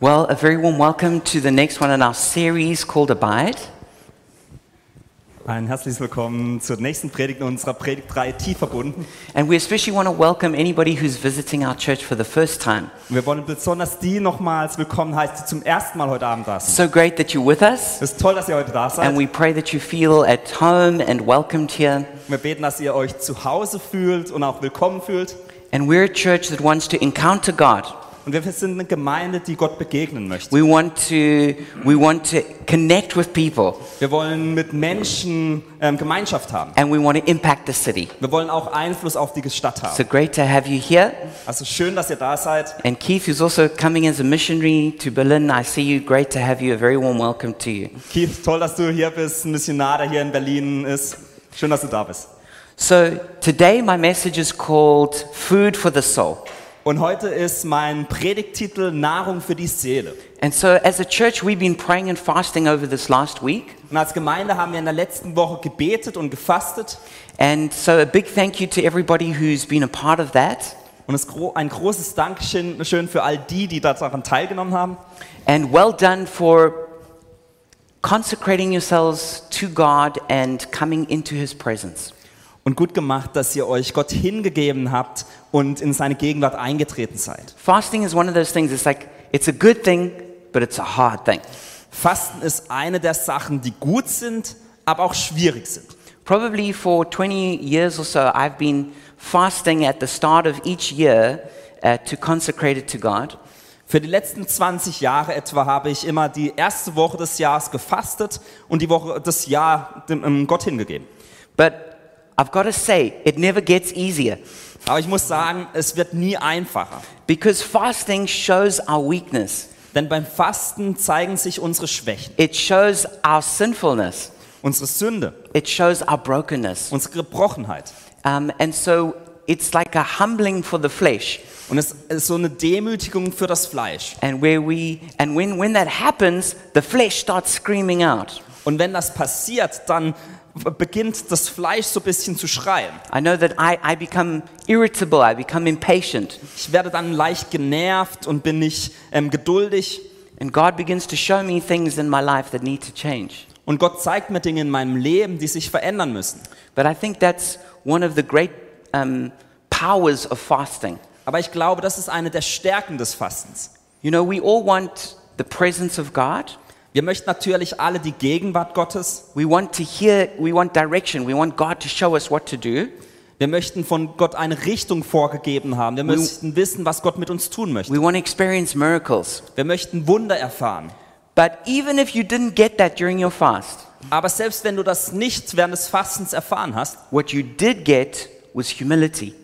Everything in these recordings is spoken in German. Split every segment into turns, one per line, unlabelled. Well, a very warm welcome to the next one in our series called Abide.
Ein herzliches Willkommen zur nächsten Predigt in unserer Predigtreihe Tief verbunden.
And we especially want to welcome anybody who's visiting our church for the first time.
Und wir wollen besonders die nochmals willkommen heißen, die zum ersten Mal heute Abend da sind.
So great that you're with us,
Es ist toll, dass ihr heute da seid.
and we pray that you feel at home and welcomed here.
Wir beten, dass ihr euch zu Hause fühlt und auch willkommen fühlt.
And we're a church that wants to encounter God.
Und wir sind eine Gemeinde, die Gott begegnen möchte.
We want to, we want to connect with people,
Wir wollen mit Menschen ähm, Gemeinschaft haben.
and we want to impact the city.
Wir wollen auch Einfluss auf die Stadt haben.
So great to have you here.
Also schön, dass ihr da seid.
And Keith, who's also coming as a missionary to Berlin, I see you. Great to have you. A very warm welcome to you.
Keith, toll, dass du hier bist. Ein Missionar, der hier in Berlin ist. Schön, dass du da bist.
So today my message is called Food for the Soul.
Und heute ist mein Predigttitel Nahrung für die Seele.
And so as a church we've been praying and fasting over this last week.
Und als Gemeinde haben wir in der letzten Woche gebetet und gefastet.
And so a big thank you to everybody who's been a part of that.
Und es ist gro- ein großes Dankeschön schön für all die, die daran teilgenommen haben.
And well done for consecrating yourselves to God and coming into his presence.
Und gut gemacht, dass ihr euch Gott hingegeben habt und in seine Gegenwart eingetreten seid.
Fasting is one of those things it's like it's a good thing but it's a hard thing.
Fasten ist eine der Sachen, die gut sind, aber auch schwierig sind.
Probably for 20 years or so, I've been fasting at the start of each year uh, to consecrate it to God.
Für die letzten 20 Jahre etwa habe ich immer die erste Woche des Jahres gefastet und die Woche des Jahr dem, ähm, Gott hingegeben.
But I've got to say, it never gets easier
Aber ich muss sagen, es wird nie einfacher.
because fasting shows our weakness,
Denn beim Fasten zeigen sich unsere Schwächen,
it shows our sinfulness,
unsere Sünde,
it shows our brokenness.
unsere Gebrochenheit.
Um, and so it's like a humbling for the flesh.
Und es ist so eine Demütigung für das Fleisch.
And where we and when, when that happens, the flesh starts screaming out.
Und wenn das passiert, dann beginnt das Fleisch so ein bisschen zu schreien.
I know that I, I become irritable, I become impatient.
Ich werde dann leicht genervt und bin nicht ähm, geduldig.
And God begins to show me things in my life that need to change.
Und Gott zeigt mir Dinge in meinem Leben, die sich verändern müssen.
But I think that's one of the great um, powers of fasting.
Aber ich glaube, das ist eine der Stärken des Fastens.
You know, we all want the presence of God.
Wir möchten natürlich alle die Gegenwart Gottes.
We want to hear, we want direction. We want God to show us what to do.
Wir möchten von Gott eine Richtung vorgegeben haben. Wir möchten wissen, was Gott mit uns tun möchte.
We want to experience miracles.
Wir möchten Wunder erfahren.
But even if you didn't get that during your fast,
Aber selbst wenn du das nicht während des Fastens erfahren hast,
what you did get was humility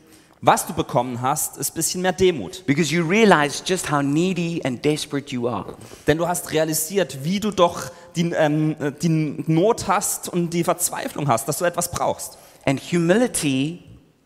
was du bekommen hast, ist ein bisschen mehr Demut.
because you realized just how needy and desperate you are.
Denn du hast realisiert, wie du doch die, ähm, die Not hast und die Verzweiflung hast, dass du etwas brauchst.
And humility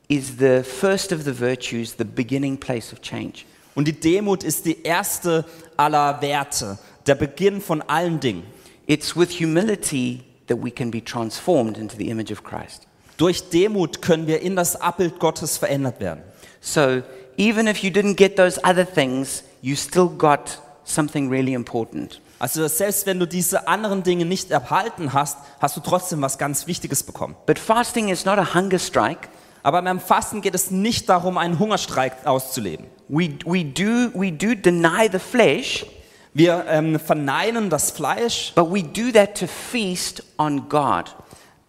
is the first of the virtues, the beginning place of change.
Und die Demut ist die erste aller Werte, der Beginn von allen Dingen.
It's with humility that we can be transformed into the image of Christ.
Durch Demut können wir in das Abbild Gottes verändert werden.
So even if you didn't get those other things, you still got something really important.
Also selbst wenn du diese anderen Dinge nicht erhalten hast, hast du trotzdem was ganz Wichtiges bekommen.
But fasting is not a hunger strike.
Aber beim Fasten geht es nicht darum, einen Hungerstreik auszuleben.
We, we, do, we do deny the flesh,
Wir ähm, verneinen das Fleisch,
but we do that to feast on God.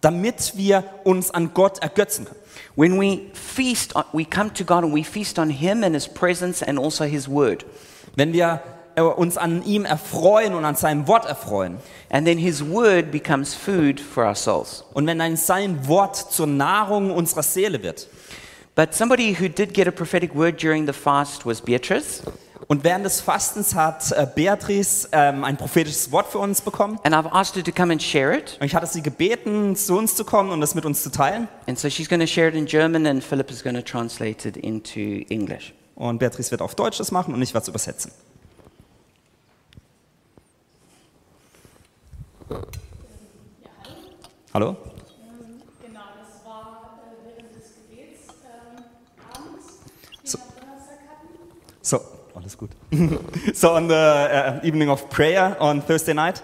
damit wir uns an Gott ergötzen können.
When we feast, on, we come to God and we feast on Him and His presence and also His word.
Wenn wir äh, uns an ihm erfreuen und an seinem Wort erfreuen
And then His word becomes food for our souls.
und wenn dann sein Wort zur Nahrung unserer Seele wird.
But somebody who did get a prophetic word during the fast was Beatrice.
Und während des Fastens hat äh, Beatrice ähm, ein prophetisches Wort für uns bekommen.
And I've asked her to come and share it.
Und ich hatte sie gebeten, zu uns zu kommen und das mit uns zu teilen.
And so she's going to share it in German, and Philip is going to translate it into English.
Und Beatrice wird auf Deutsch das machen und ich werde es übersetzen. Hallo?
Genau, das war äh, während des Gebets ähm, abends, die
So-
wir am Donnerstag hatten.
So, Alles gut. so on the uh, evening of prayer on Thursday night.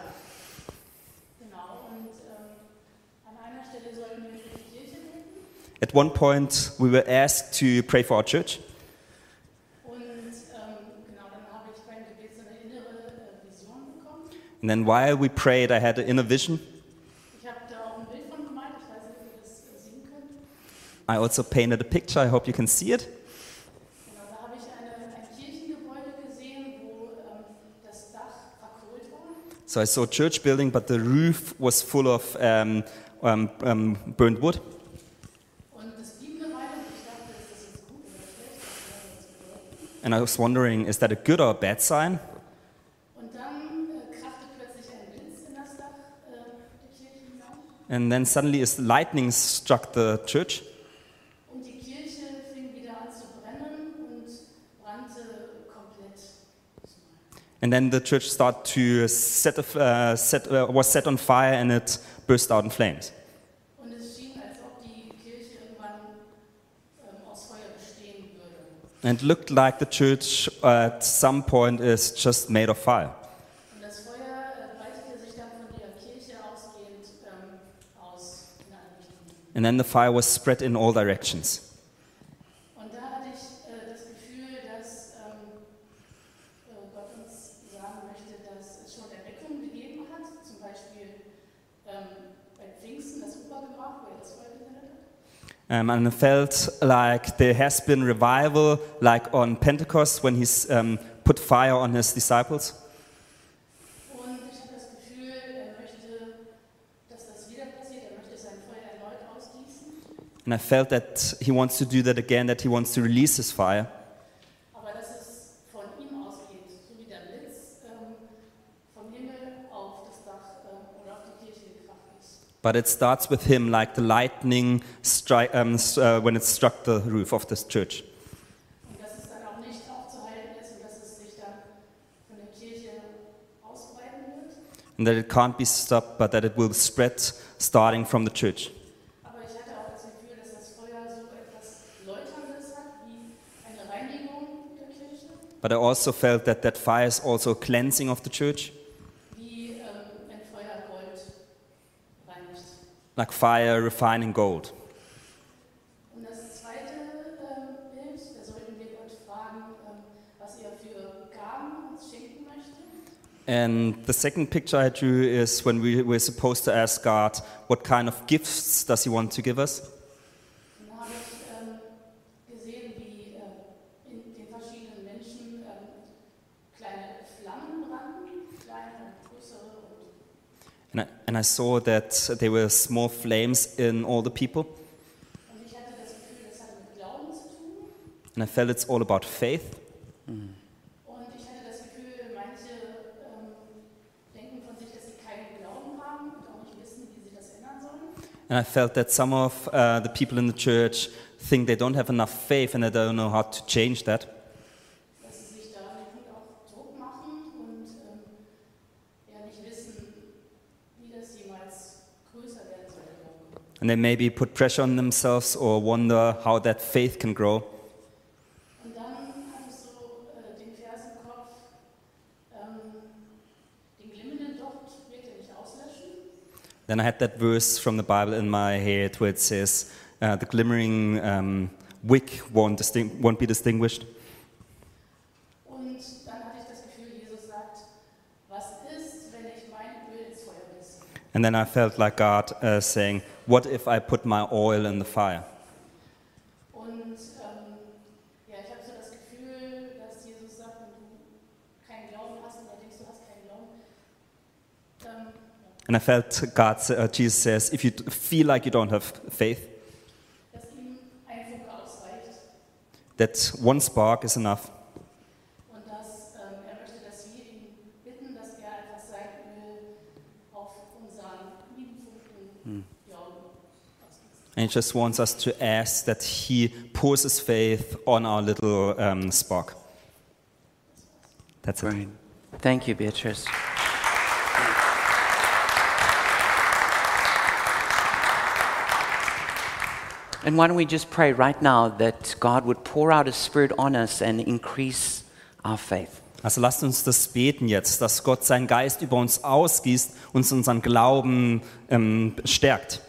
Genau, und ähm, an einer Stelle sollten wir für die Kirche beten.
At one point, we were asked to pray for our church.
Und ähm, genau, dann habe ich beim Gebet so eine innere äh, Vision bekommen.
And then while we prayed, I had an inner vision.
Ich habe da auch ein Bild von gemalt, ich weiß nicht, ob ihr das äh, sehen könnt.
I also painted a picture. I hope you can see it.
Genau, da habe ich eine, ein Kirchengebäude gesehen, wo ähm, das Dach verkohlt war.
So I saw a church building, but the roof was full of um, um, um, burned wood.
Und es blieb eine Weile und ich dachte, ist das jetzt gut oder schlecht? Das wäre jetzt blöd.
And I was wondering, is that a good or a bad sign?
Und dann äh, krachte plötzlich ein Blitz in das Dach äh, der Kirche hinein.
And then suddenly, as lightning struck the church,
Und die Kirche fing wieder an zu brennen und brannte komplett.
and then the church started to set, af- uh, set uh, was set on fire, and it burst out in flames.
Und es schien, als ob die Kirche irgendwann ähm, aus Feuer bestehen würde.
And it looked like the church uh, at some point is just made of fire.
Und das Feuer äh, breitete sich dann von ihrer Kirche ausgehend ähm, aus in alle Richtungen.
And then the fire was spread in all directions.
Und da hatte ich äh, das Gefühl, dass ähm, äh, Gott uns sagen möchte, dass es schon Erweckungen gegeben hat, zum Beispiel ähm, bei Pfingsten das Obergrab, wo er das Feuer gesendet hat.
Um, and I felt like there has been revival, like on Pentecost when he's um, put fire on his disciples.
Und ich habe das Gefühl, er möchte, dass das wieder passiert. Er möchte sein Feuer erneut ausgießen.
And I felt that he wants to do that again, that he wants to release his fire.
Aber dass es von ihm ausgeht, so wie der Blitz ähm, vom Himmel auf das Dach ähm, oder auf die Kirche gekracht ist.
But it starts with him, like the lightning stri- um, s- uh, when it struck the roof of this church.
Und dass es dann auch nicht aufzuhalten ist und dass es sich dann von der Kirche ausbreiten wird.
And that it can't be stopped, but that it will spread starting from the church.
Aber ich hatte auch das Gefühl, dass das Feuer so etwas Läuterndes hat, wie eine Reinigung der Kirche.
But I also felt that that fire is also a cleansing of the church,
wie ähm, ein Feuer Gold reinigt.
like fire refining gold.
Und das zweite ähm, Bild, da sollten wir Gott fragen, ähm, was er für Gaben uns schenken möchte.
And the second picture I drew is when we were supposed to ask God, what kind of gifts does He want to give us?
Dann habe ich ähm, gesehen, wie äh, in den verschiedenen Menschen ähm, kleine Flammen brannten, kleine und größere. Und,
And I, and I saw that there were small flames in all the people.
und ich hatte das Gefühl, das hat mit Glauben zu tun.
And I felt it's all about faith.
Und ich hatte das Gefühl, manche ähm, denken von sich, dass sie keinen Glauben haben und auch nicht wissen, wie sie das ändern sollen.
And I felt that some of uh, the people in the church think they don't have enough faith and they don't know how to change that.
dass sie sich da an dem Punkt auch Druck machen und ähm, ja nicht wissen, wie das jemals größer werden soll. der Druck.
And they maybe put pressure on themselves or wonder how that faith can grow.
Und dann hatte ich so äh, den Vers im Kopf, ähm, den glimmenden Docht wird er nicht auslöschen.
Then I had that verse from the Bible in my head where it says, uh, the glimmering um, wick won't, distin- won't be distinguished.
Und dann hatte ich das Gefühl, Jesus sagt, was ist, wenn ich mein Öl ins Feuer gieße?
And then I felt like God uh, saying, What if I put my oil in the fire?
Und ähm, ja, ich habe so das Gefühl, dass Jesus sagt, wenn du keinen Glauben hast oder denkst, du hast keinen Glauben, ähm,
And I felt God, sa- uh, Jesus says, If you d- feel like you don't have faith,
dass ihm ein Funke ausreicht
that one spark is enough.
und dass ähm, er möchte, dass wir ihn bitten, dass er einfach sein Öl auf unseren lieben Funken Glauben ausgießt.
And He just wants us to ask that He pours His faith on our little um, spark. That's it.
Great. Thank you, Beatrice. And why don't we just pray right now that God would pour out His Spirit on us and increase our faith.
Also lasst uns das beten jetzt, dass Gott seinen Geist über uns ausgießt, uns unseren Glauben ähm, stärkt.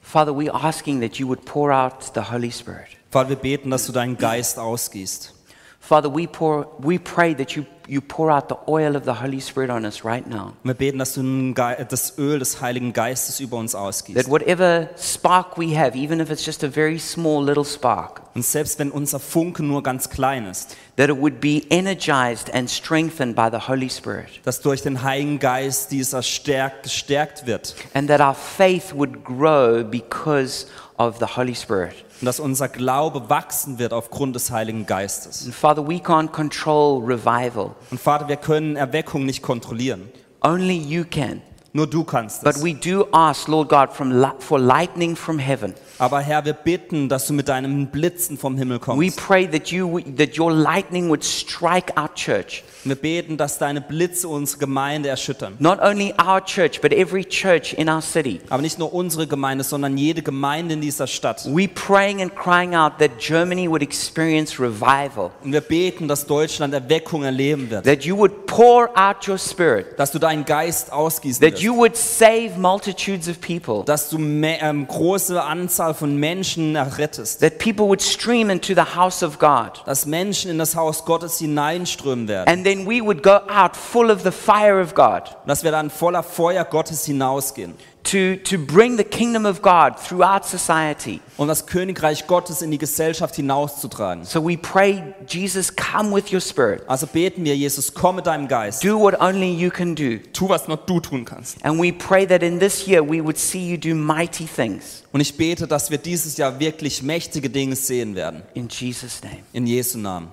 Father, we're asking that you would pour out the Holy Spirit.
Vater, wir beten, dass du deinen Geist ausgießt.
Father, we, pour, we pray that you, you pour out the oil of the Holy Spirit on us right now.
Wir beten, dass du den Ge- das Öl des Heiligen Geistes über uns
That
ausgießt.
whatever spark we have, even if it's just a very small little spark,
Und selbst wenn unser Funken nur ganz klein ist,
that it would be energized and strengthened by the Holy Spirit,
dass durch den Heiligen Geist dieser stärk, gestärkt wird
and that our faith would grow because of the Holy Spirit.
und dass unser Glaube wachsen wird aufgrund des Heiligen Geistes.
And Father, we can't control revival.
Und Vater, wir können Erweckung nicht kontrollieren.
Only you can.
Nur du kannst
But
es.
we do ask, Lord God, from li- for lightning from heaven.
Aber Herr, wir bitten, dass du mit deinem Blitzen vom Himmel
We
kommst.
pray that, you, would- that your lightning would strike our church.
Wir beten, dass deine Blitze unsere Gemeinde erschüttern.
Not only our church, but every church in our city.
Aber nicht nur unsere Gemeinde, sondern jede Gemeinde in dieser Stadt.
We praying and crying out that Germany would experience revival,
Und wir beten, dass Deutschland Erweckung erleben wird.
that you would pour out your spirit,
Dass du deinen Geist ausgießen
that you
wirst.
would save multitudes of people,
Dass du me- ähm, große Anzahl von Menschen errettest.
that people would stream into the house of God.
Dass Menschen in das Haus Gottes hineinströmen werden.
And then we would go out full of the fire of God
Und dass wir dann voller Feuer Gottes hinausgehen.
to, to bring the kingdom of God throughout society.
Um das Königreich Gottes in die Gesellschaft hinauszutragen.
So we pray, Jesus, come with your spirit.
Also beten wir, Jesus, komm mit deinem Geist.
Do what only you can do.
Tu, was nur du tun kannst.
And we pray that in this year we would see you do mighty things.
Und ich bete, dass wir dieses Jahr wirklich mächtige Dinge sehen werden.
In Jesus' name.
In Jesu Namen.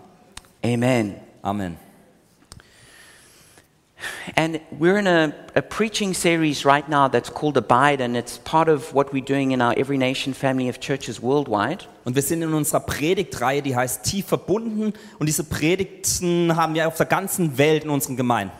Amen.
Amen.
And we're in a, a preaching series right now that's called Abide, and it's part of what we're doing in our Every Nation family of churches worldwide.
Und wir sind in unserer Predigtreihe, die heißt Tief verbunden. Und diese Predigten haben wir auf der ganzen Welt in unseren Gemeinden.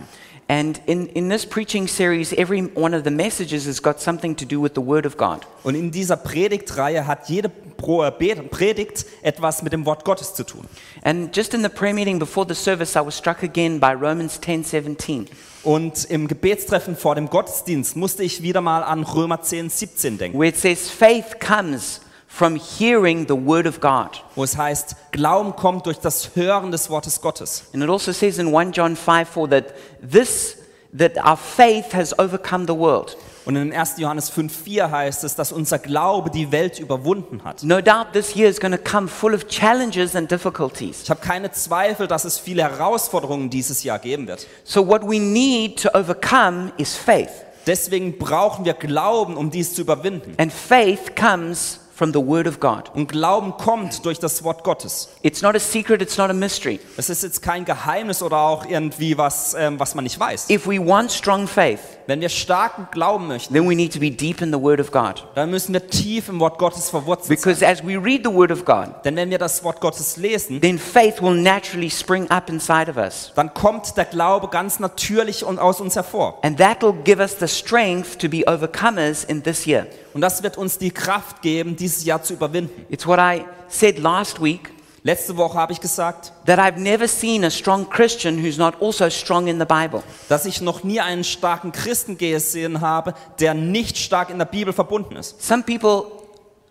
And in, in this preaching series, every one of the messages has got something to do with the Word of God.
Und in dieser Predigtreihe hat jede Pro- äh, Be- Predigt etwas mit dem Wort Gottes zu tun.
And just in the prayer meeting before the service, I was struck again by Romans 10 17.
Und im Gebetstreffen vor dem Gottesdienst musste ich wieder mal an Römer 10, 17 denken,
where it says faith comes from hearing the word of God.
wo es heißt, Glauben kommt durch das Hören des Wortes Gottes.
And it also says in 1 John 5 4 that this that our faith has overcome the world.
Und in 1. Johannes 5, 4 heißt es, dass unser Glaube die Welt überwunden hat.
No doubt this year is going to come full of challenges and difficulties.
Ich habe keine Zweifel, dass es viele Herausforderungen dieses Jahr geben wird.
So what we need to overcome is faith.
Deswegen brauchen wir Glauben, um dies zu überwinden.
And faith comes from the word of God.
Und Glauben kommt durch das Wort Gottes.
It's not a secret, it's not a mystery.
Es ist jetzt kein Geheimnis oder auch irgendwie was, ähm, was man nicht weiß.
If we want strong faith,
Wenn wir starken Glauben möchten,
then we need to be deep in the word of God.
dann müssen wir tief im Wort Gottes verwurzelt sein.
Because as we read the word of God,
Denn wenn wir das Wort Gottes lesen,
then faith will naturally spring up inside of us.
dann kommt der Glaube ganz natürlich und aus uns hervor.
And that'll give us the strength to be overcomers in this year.
Und das wird uns die Kraft geben, dieses Jahr zu überwinden.
It's what I said last week
Letzte Woche habe ich gesagt,
that I've never seen a strong Christian who's not also strong in the Bible.
dass ich noch nie einen starken Christen gesehen habe, der nicht stark in der Bibel verbunden ist.
Some people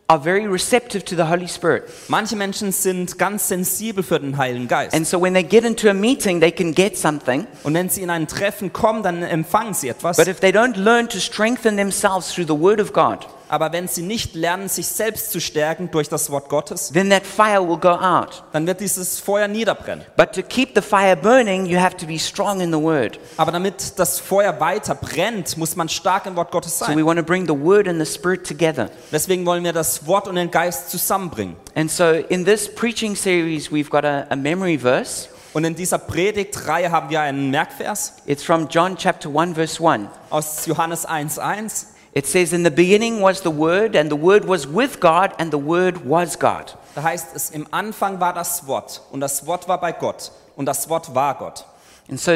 are very receptive to the Holy Spirit.
Manche Menschen sind ganz sensibel für den Heiligen Geist.
And so when they get into a meeting, they can get something.
Und wenn sie in ein Treffen kommen, dann empfangen sie etwas.
But if they don't learn to strengthen themselves through the Word of God,
Aber wenn sie nicht lernen, sich selbst zu stärken durch das Wort Gottes,
then that fire will go out.
dann wird dieses Feuer niederbrennen.
But to keep the fire burning, you have to be strong in the Word.
Aber damit das Feuer weiter brennt, muss man stark im Wort Gottes
So we
sein.
want to bring the Word and the Spirit together.
Deswegen wollen wir das Wort und den Geist zusammenbringen.
And so in this preaching series, we've got a, a memory verse.
Und in dieser Predigtreihe haben wir einen Merkvers
It's from John chapter 1, verse 1.
aus Johannes 1,1.
It says, In the beginning was the Word, and the Word was with God, and the Word was God.
Da heißt es, im Anfang war das Wort und das Wort war bei Gott und das Wort war Gott.
And so,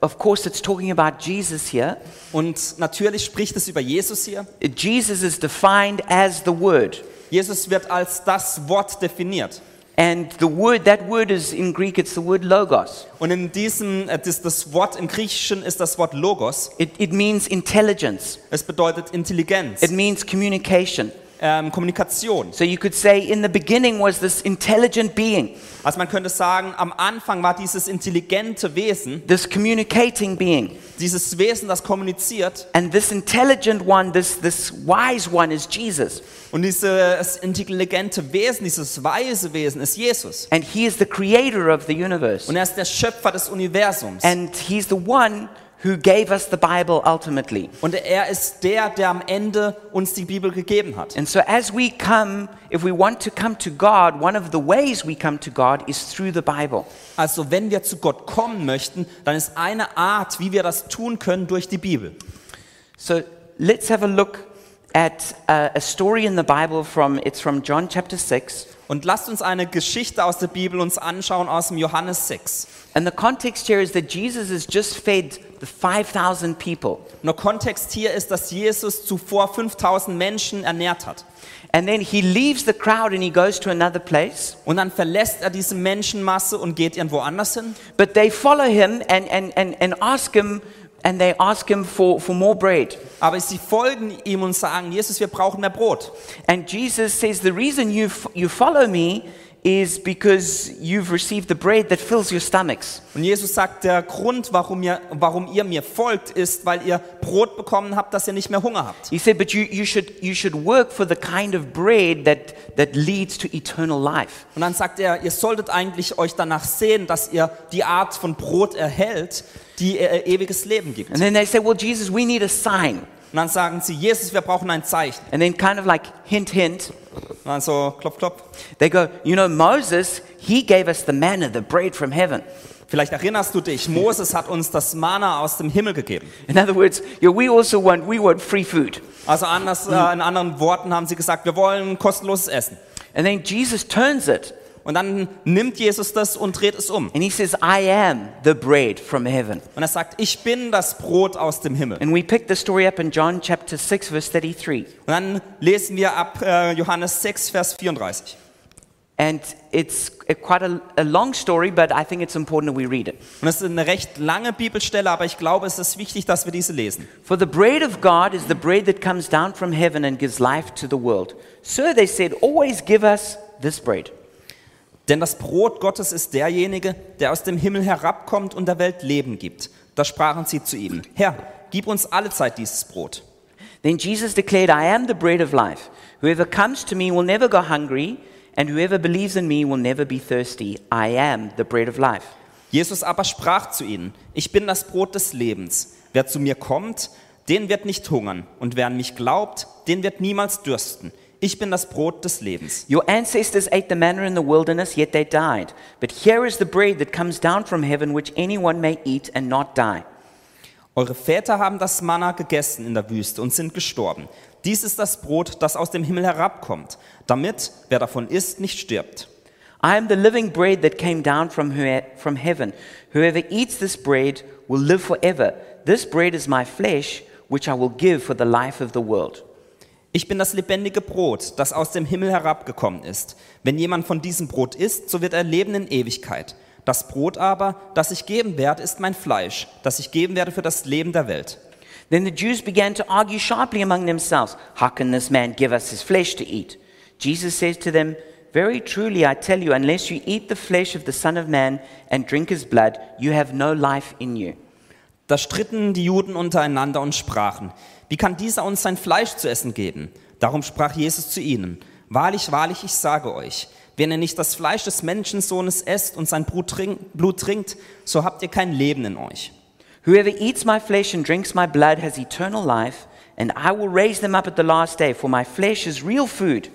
of course, it's talking about Jesus here.
Und natürlich spricht es über Jesus hier.
Jesus is defined as the Word,
Jesus wird als das Wort definiert.
And the word, that word is in Greek, it's the word logos.
Und in diesem, äh, das, das Wort im Griechischen ist das Wort Logos.
It, it means intelligence,
Es bedeutet Intelligenz,
it means communication.
ähm, Kommunikation.
So you could say, in the beginning was this intelligent being,
Also man könnte sagen, am Anfang war dieses intelligente Wesen,
this communicating being.
dieses Wesen, das kommuniziert.
And this intelligent one, this, this wise one, is Jesus.
Und dieses intelligente Wesen, dieses weise Wesen ist Jesus.
And he is the creator of the universe.
Und er ist der Schöpfer des Universums.
And he's the one who gave us the Bible ultimately.
Und er ist der, der am Ende uns die Bibel gegeben hat.
And so, as we come, if we want to come to God, one of the ways we come to God is through the Bible.
Also wenn wir zu Gott kommen möchten, dann ist eine Art, wie wir das tun können, durch die Bibel.
So, let's have a look at uh, a story in the Bible from it's from John chapter 6.
Und lasst uns eine Geschichte aus der Bibel uns anschauen aus dem Johannes 6.
And the context here is that Jesus has just fed the 5,000 people.
Nur Kontext hier ist, dass Jesus zuvor 5000 Menschen ernährt hat.
And then he leaves the crowd and he goes to another place.
Und dann verlässt er diese Menschenmasse und geht irgendwo anders hin.
But they follow him and, and, and, and ask him, and they ask him for, for more bread.
Aber sie folgen ihm und sagen, Jesus, wir brauchen mehr Brot.
And Jesus says, The reason you, f- you follow me is because you've received the bread that fills your stomachs.
Und Jesus sagt, der Grund, warum ihr, warum ihr mir folgt, ist, weil ihr Brot bekommen habt, dass ihr nicht mehr Hunger habt.
He said, But you, you, should, you should work for the kind of bread that, that leads to eternal life.
Und dann sagt er, ihr solltet eigentlich euch danach sehen, dass ihr die Art von Brot erhält, die äh, ewiges Leben gibt.
And then they say, Well, Jesus, we need a sign.
Und dann sagen sie, Jesus, wir brauchen ein Zeichen.
And then, kind of like hint, hint,
Und dann so, klopf, klopf.
they go, You know, Moses, he gave us the manna, the bread from heaven.
Vielleicht erinnerst du dich, Moses hat uns das Mana aus dem Himmel gegeben.
In other words, you know, we also want, we want free food.
Also anders, äh, in anderen Worten haben sie gesagt, wir wollen kostenloses Essen.
And then Jesus turns it
Und dann nimmt Jesus das und dreht es um.
and he says, I am the bread from heaven.
Und er sagt, ich bin das Brot aus dem Himmel.
And we pick the story up in John chapter 6, verse 33.
Und dann lesen wir ab äh, Johannes 6, Vers 34.
And it's a, quite a, a long story, but I think it's important that we read it.
Und das ist eine recht lange Bibelstelle, aber ich glaube, es ist wichtig, dass wir diese lesen.
For the bread of God is the bread that comes down from heaven and gives life to the world. So they said, Always give us this bread.
Denn das Brot Gottes ist derjenige, der aus dem Himmel herabkommt und der Welt Leben gibt. Da sprachen sie zu ihm, Herr, gib uns allezeit dieses Brot.
Then Jesus declared, I am the bread of life. Whoever comes to me will never go hungry, and whoever believes in me will never be thirsty. I am the bread of life.
Jesus aber sprach zu ihnen, ich bin das Brot des Lebens. Wer zu mir kommt, den wird nicht hungern. Und wer an mich glaubt, den wird niemals dürsten. Ich bin das Brot des Lebens.
Your ancestors ate the manna in the wilderness, yet they died. But here is the bread that comes down from heaven, which anyone may eat and not die.
Eure Väter haben das Manna gegessen in der Wüste und sind gestorben. Dies ist das Brot, das aus dem Himmel herabkommt, damit wer davon isst, nicht stirbt.
I am the living bread that came down from, he- from heaven. Whoever eats this bread will live forever. This bread is my flesh, which I will give for the life of the world.
Ich bin das lebendige Brot, das aus dem Himmel herabgekommen ist. Wenn jemand von diesem Brot isst, so wird er leben in Ewigkeit. Das Brot aber, das ich geben werde, ist mein Fleisch, das ich geben werde für das Leben der Welt.
Then the Jews began to argue sharply among themselves How can this man give us his flesh to eat? Jesus says to them, Very truly I tell you, unless you eat the flesh of the Son of Man and drink his blood, you have no life in you.
Da stritten die Juden untereinander und sprachen, wie kann dieser uns sein Fleisch zu essen geben? Darum sprach Jesus zu ihnen, wahrlich, wahrlich, ich sage euch, wenn ihr nicht das Fleisch des Menschensohnes esst und sein Blut trink- Blut trinkt, so habt ihr kein Leben in euch.
Whoever eats my flesh and drinks my blood has eternal life, and I will raise them up at the last day, for my flesh is real food,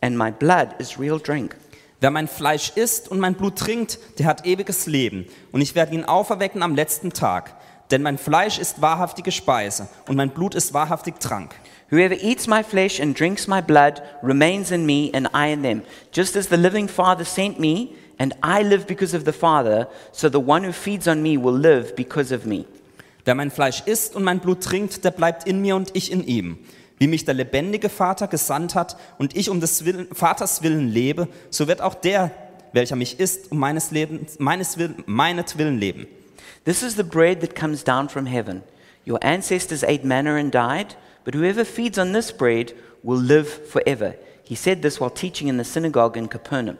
and my blood is real drink.
Wer mein Fleisch isst und mein Blut trinkt, der hat ewiges Leben, und ich werde ihn auferwecken am letzten Tag. Denn mein Fleisch ist wahrhaftige Speise und mein Blut ist wahrhaftig Trank.
Whoever eats my flesh and drinks my blood remains in me, and I in them. Just as the living Father sent me, and I live because of the Father, so the one who feeds on me will live because of me.
Wer mein Fleisch isst und mein Blut trinkt, der bleibt in mir und ich in ihm. Wie mich der lebendige Vater gesandt hat und ich um des Willen, Vaters Willen lebe, so wird auch der, welcher mich isst, um meines Lebens, meines Willen, meinetwillen leben.
This is the bread that comes down from heaven. Your ancestors ate manna and died, but whoever feeds on this bread will live forever. He said this while teaching in the synagogue in Capernaum.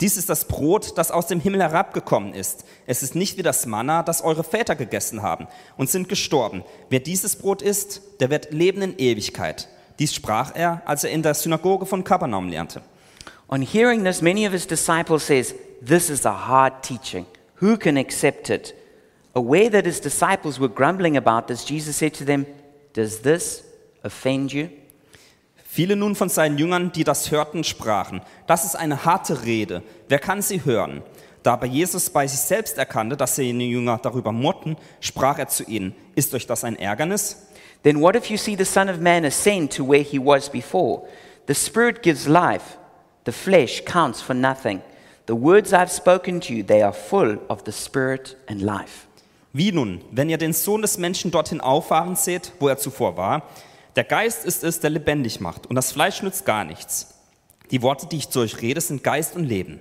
Dies ist das Brot, das aus dem Himmel herabgekommen ist. Es ist nicht wie das Manna, das eure Väter gegessen haben und sind gestorben. Wer dieses Brot isst, der wird leben in Ewigkeit. Dies sprach er, als er in der Synagoge von Kapernaum lernte.
On hearing this, many of his disciples says, "This is a hard teaching. Who can accept it?" Aware that his disciples were grumbling about this, Jesus said to them, "Does this offend you?"
Viele nun von seinen Jüngern, die das hörten, sprachen, das ist eine harte Rede, wer kann sie hören? Da aber Jesus bei sich selbst erkannte, dass seine Jünger darüber murrten, sprach er zu ihnen, ist euch das ein Ärgernis?
Then what if you see the Son of Man ascend to where he was before? The Spirit gives life, the flesh counts for nothing. The words I've spoken to you, they are full of the Spirit and life.
Wie nun, wenn ihr den Sohn des Menschen dorthin auffahren seht, wo er zuvor war? Der Geist ist es, der lebendig macht, und das Fleisch nützt gar nichts. Die Worte, die ich zu euch rede, sind Geist und Leben.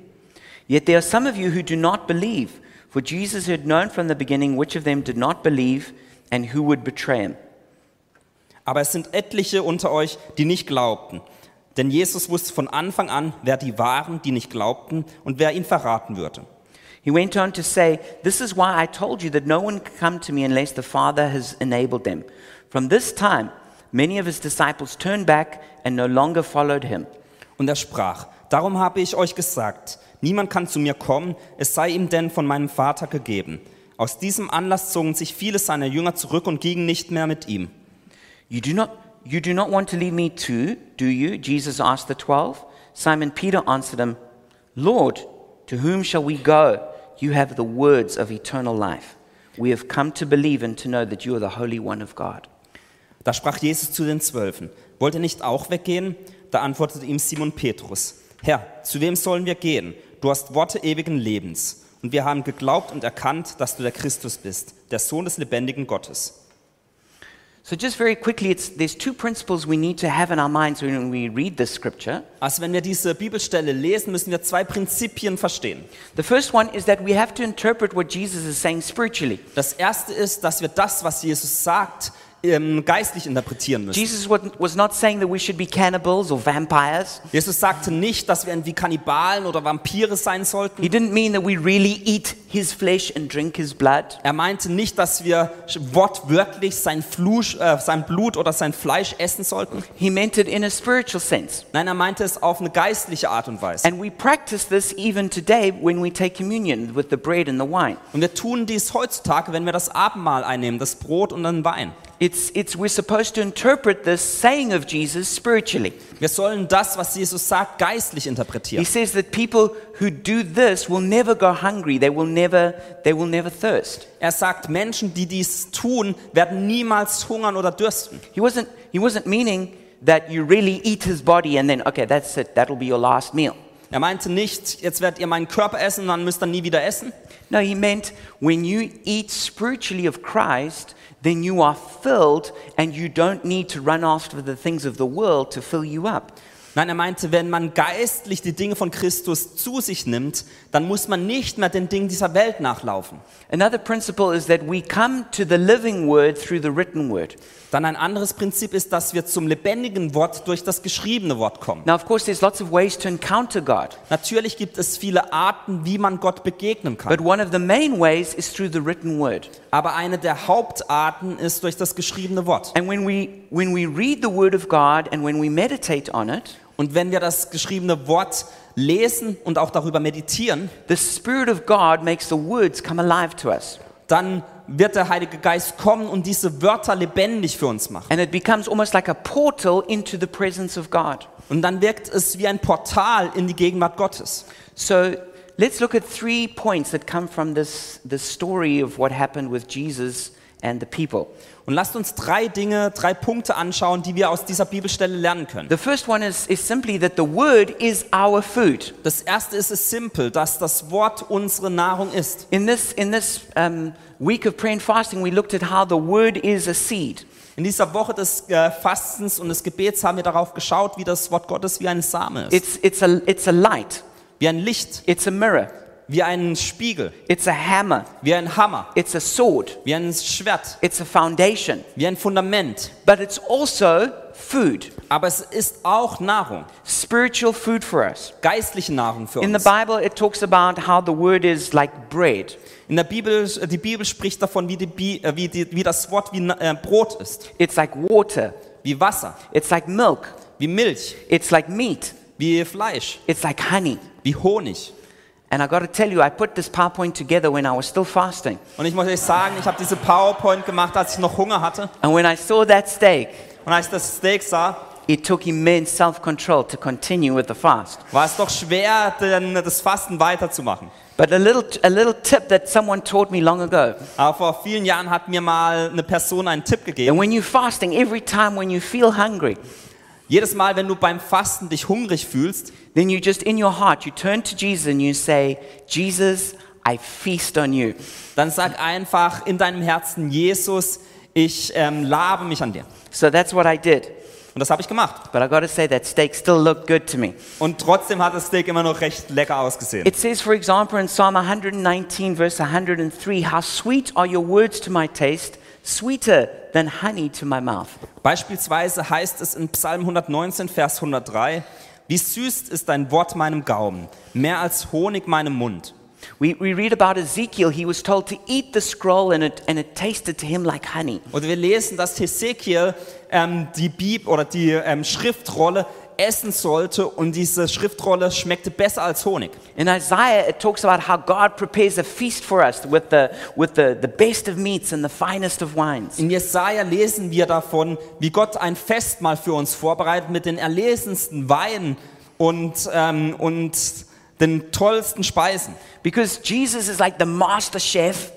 Yet there are some of you who do not believe, for Jesus had known from the beginning which of them did not believe and who would betray him.
Aber es sind etliche unter euch, die nicht glaubten. Denn Jesus wusste von Anfang an, wer die waren, die nicht glaubten, und wer ihn verraten würde.
He went on to say, This is why I told you that no one can come to me unless the Father has enabled them. From this time, many of his disciples turned back and no longer followed him.
Und er sprach, darum habe ich euch gesagt, niemand kann zu mir kommen, es sei ihm denn von meinem Vater gegeben. Aus diesem Anlass zogen sich viele seiner Jünger zurück und gingen nicht mehr mit ihm.
You do not, you do not want to leave me too, do you? Jesus asked the twelve. Simon Peter answered him, Lord, to whom shall we go? You have the words of eternal life. We have come to believe and to know that you are the Holy One of God.
Da sprach Jesus zu den Zwölfen, wollt ihr nicht auch weggehen? Da antwortete ihm Simon Petrus, Herr, zu wem sollen wir gehen? Du hast Worte ewigen Lebens. Und wir haben geglaubt und erkannt, dass du der Christus bist, der Sohn des lebendigen Gottes.
So, just very quickly, it's, there's two principles we need to have in our minds when we read this scripture.
Also wenn wir diese Bibelstelle lesen, müssen wir zwei Prinzipien verstehen.
The first one is that we have to interpret what Jesus is saying spiritually.
Das erste ist, dass wir das, was Jesus sagt, ähm, geistlich interpretieren müssen.
Jesus wa- was not saying that we should be cannibals or vampires.
Jesus sagte nicht, dass wir irgendwie Kannibalen oder Vampire sein sollten.
He didn't mean that we really eat his flesh and drink his blood.
Er meinte nicht, dass wir wortwörtlich sein, Flusch, äh, sein Blut oder sein Fleisch essen sollten.
He meant it in a spiritual sense.
Nein, er meinte es auf eine geistliche Art und Weise.
And we practice this even today when we take communion with the bread and the wine.
Und wir tun dies heutzutage, wenn wir das Abendmahl einnehmen, das Brot und den Wein.
It's, it's, we're supposed to interpret this saying of Jesus spiritually.
Wir sollen das, was Jesus sagt, geistlich
He
interpretieren.
says that people who do this will never go hungry, they will never, they will never thirst.
Er sagt, Menschen, die dies tun, werden niemals hungern oder dürsten.
He wasn't, he wasn't meaning that you really eat his body and then, okay, that's it, that'll be your last meal.
Er meinte nicht, jetzt werdet ihr meinen Körper essen und dann müsst ihr nie wieder essen.
No, he meant when you eat spiritually of Christ, then you are filled and you don't need to run after the things of the world to fill you up.
Nein, er meinte, wenn man geistlich die Dinge von Christus zu sich nimmt, dann muss man nicht mehr den Dingen dieser Welt nachlaufen.
Another principle is that we come to the living word through the written word.
Dann ein anderes Prinzip ist, dass wir zum lebendigen Wort durch das geschriebene Wort kommen.
Now, of course, there's lots of ways to encounter God,
Natürlich gibt es viele Arten, wie man Gott begegnen
but
kann.
one of the main ways is through the written word.
Aber eine der Hauptarten ist durch das geschriebene Wort.
And when we, when we read the word of God and when we meditate on it,
Und wenn wir das geschriebene Wort lesen und auch darüber meditieren,
the Spirit of God makes the words come alive to us.
dann wird der Heilige Geist kommen und diese Wörter lebendig für uns machen.
And it becomes almost like a portal into the presence of God.
Und dann wirkt es wie ein Portal in die Gegenwart Gottes.
So let's look at three points that come from this, this story of what happened with Jesus and the people.
Und lasst uns drei Dinge, drei Punkte anschauen, die wir aus dieser Bibelstelle lernen können.
The first one is, is simply that the word is our food.
Das erste ist es simpel, dass das Wort unsere Nahrung ist.
In this, in this um, week of prayer and fasting, we looked at how the word is a seed.
In dieser Woche des äh, Fastens und des Gebets haben wir darauf geschaut, wie das Wort Gottes wie ein Same ist.
It's, it's, a, it's a light.
wie ein Licht,
It's a mirror.
wie ein Spiegel,
It's a hammer.
wie ein Hammer,
It's a sword.
wie ein Schwert,
It's a foundation.
wie ein Fundament.
But it's also food,
Aber es ist auch Nahrung,
spiritual food for us.
geistliche Nahrung für
In the
uns.
Bible, it talks about how the word is like bread.
In der Bibel, die Bibel spricht davon, wie, die Bi, äh, wie, die, wie das Wort wie Na- äh, Brot ist,
It's like water.
wie Wasser,
It's like milk.
wie Milch,
It's like meat.
wie Fleisch,
It's like honey.
wie Honig.
And I got to tell you, I put this PowerPoint together when I was still fasting.
Und ich muss euch sagen, ich habe diese PowerPoint gemacht, als ich noch Hunger hatte.
And when I saw that steak,
Und als ich das Steak sah,
it took immense self control to continue with the fast.
war es doch schwer, denn das Fasten weiterzumachen.
But a little, a little tip that someone taught me long ago.
Aber vor vielen Jahren hat mir mal eine Person einen Tipp gegeben.
And when you're fasting, every time when you feel hungry,
Jedes Mal, wenn du beim Fasten dich hungrig fühlst,
then you just in your heart, you turn to Jesus and you say, Jesus, I feast on you.
dann sag einfach in deinem Herzen, Jesus, ich ähm, labe mich an dir.
So that's what I did.
Und das habe ich gemacht.
But I got to say, that steak still looked good to me.
Und trotzdem hat das Steak immer noch recht lecker ausgesehen.
It says, for example, in Psalm 119, verse 103, How sweet are your words to my taste, sweeter than honey to my mouth.
Beispielsweise heißt es in Psalm 119, Vers 103, wie süß ist dein Wort meinem Gaumen, mehr als Honig meinem Mund.
We, we read about Ezekiel. He was told to eat the scroll, and it, and it tasted to him like honey.
Und wir lesen, dass Hesekiel ähm, die Bib oder die ähm, Schriftrolle essen sollte und diese Schriftrolle schmeckte besser als Honig.
In Isaiah, it talks about how God prepares a feast for us with the, with the, the best of meats and the finest of wines.
In Jesaja lesen wir davon, wie Gott ein Festmahl für uns vorbereitet mit den erlesensten Weinen und, ähm, und den tollsten Speisen.
Because Jesus is like the master chef,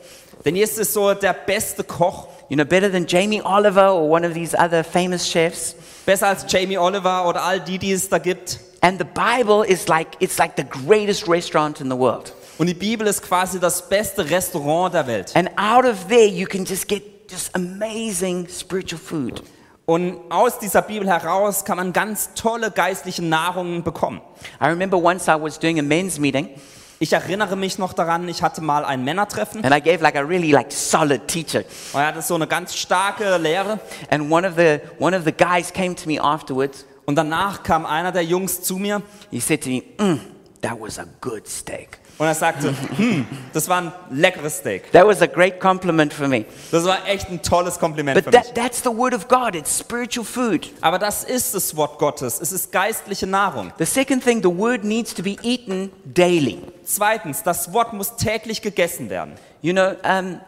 Denn Jesus ist so der beste Koch,
you know, better than Jamie Oliver or one of these other famous chefs.
besser als Jamie Oliver oder all die, die es da gibt.
And the Bible is like, it's like the greatest restaurant in the world.
Und die Bibel ist quasi das beste Restaurant der Welt.
And out of there, you can just get just amazing spiritual food.
Und aus dieser Bibel heraus kann man ganz tolle geistliche Nahrungen bekommen.
I remember once I was doing a men's meeting
Ich erinnere mich noch daran, ich hatte mal ein Männertreffen
and I gave like a really like solid teacher.
und er hatte so eine ganz starke Lehre.
And one of the, one of the guys came to me afterwards.
Und danach kam einer der Jungs zu mir
He said to me, mm, that was a good steak.
und er sagte, hm, das war ein leckeres Steak.
That was a great compliment for me.
Das war echt ein tolles Kompliment
But
für
that,
mich.
that's the word of God. It's spiritual food.
Aber das ist das Wort Gottes. Es ist geistliche Nahrung.
The second thing, the word needs to be eaten daily.
Zweitens, das Wort muss täglich gegessen werden.
You know, um,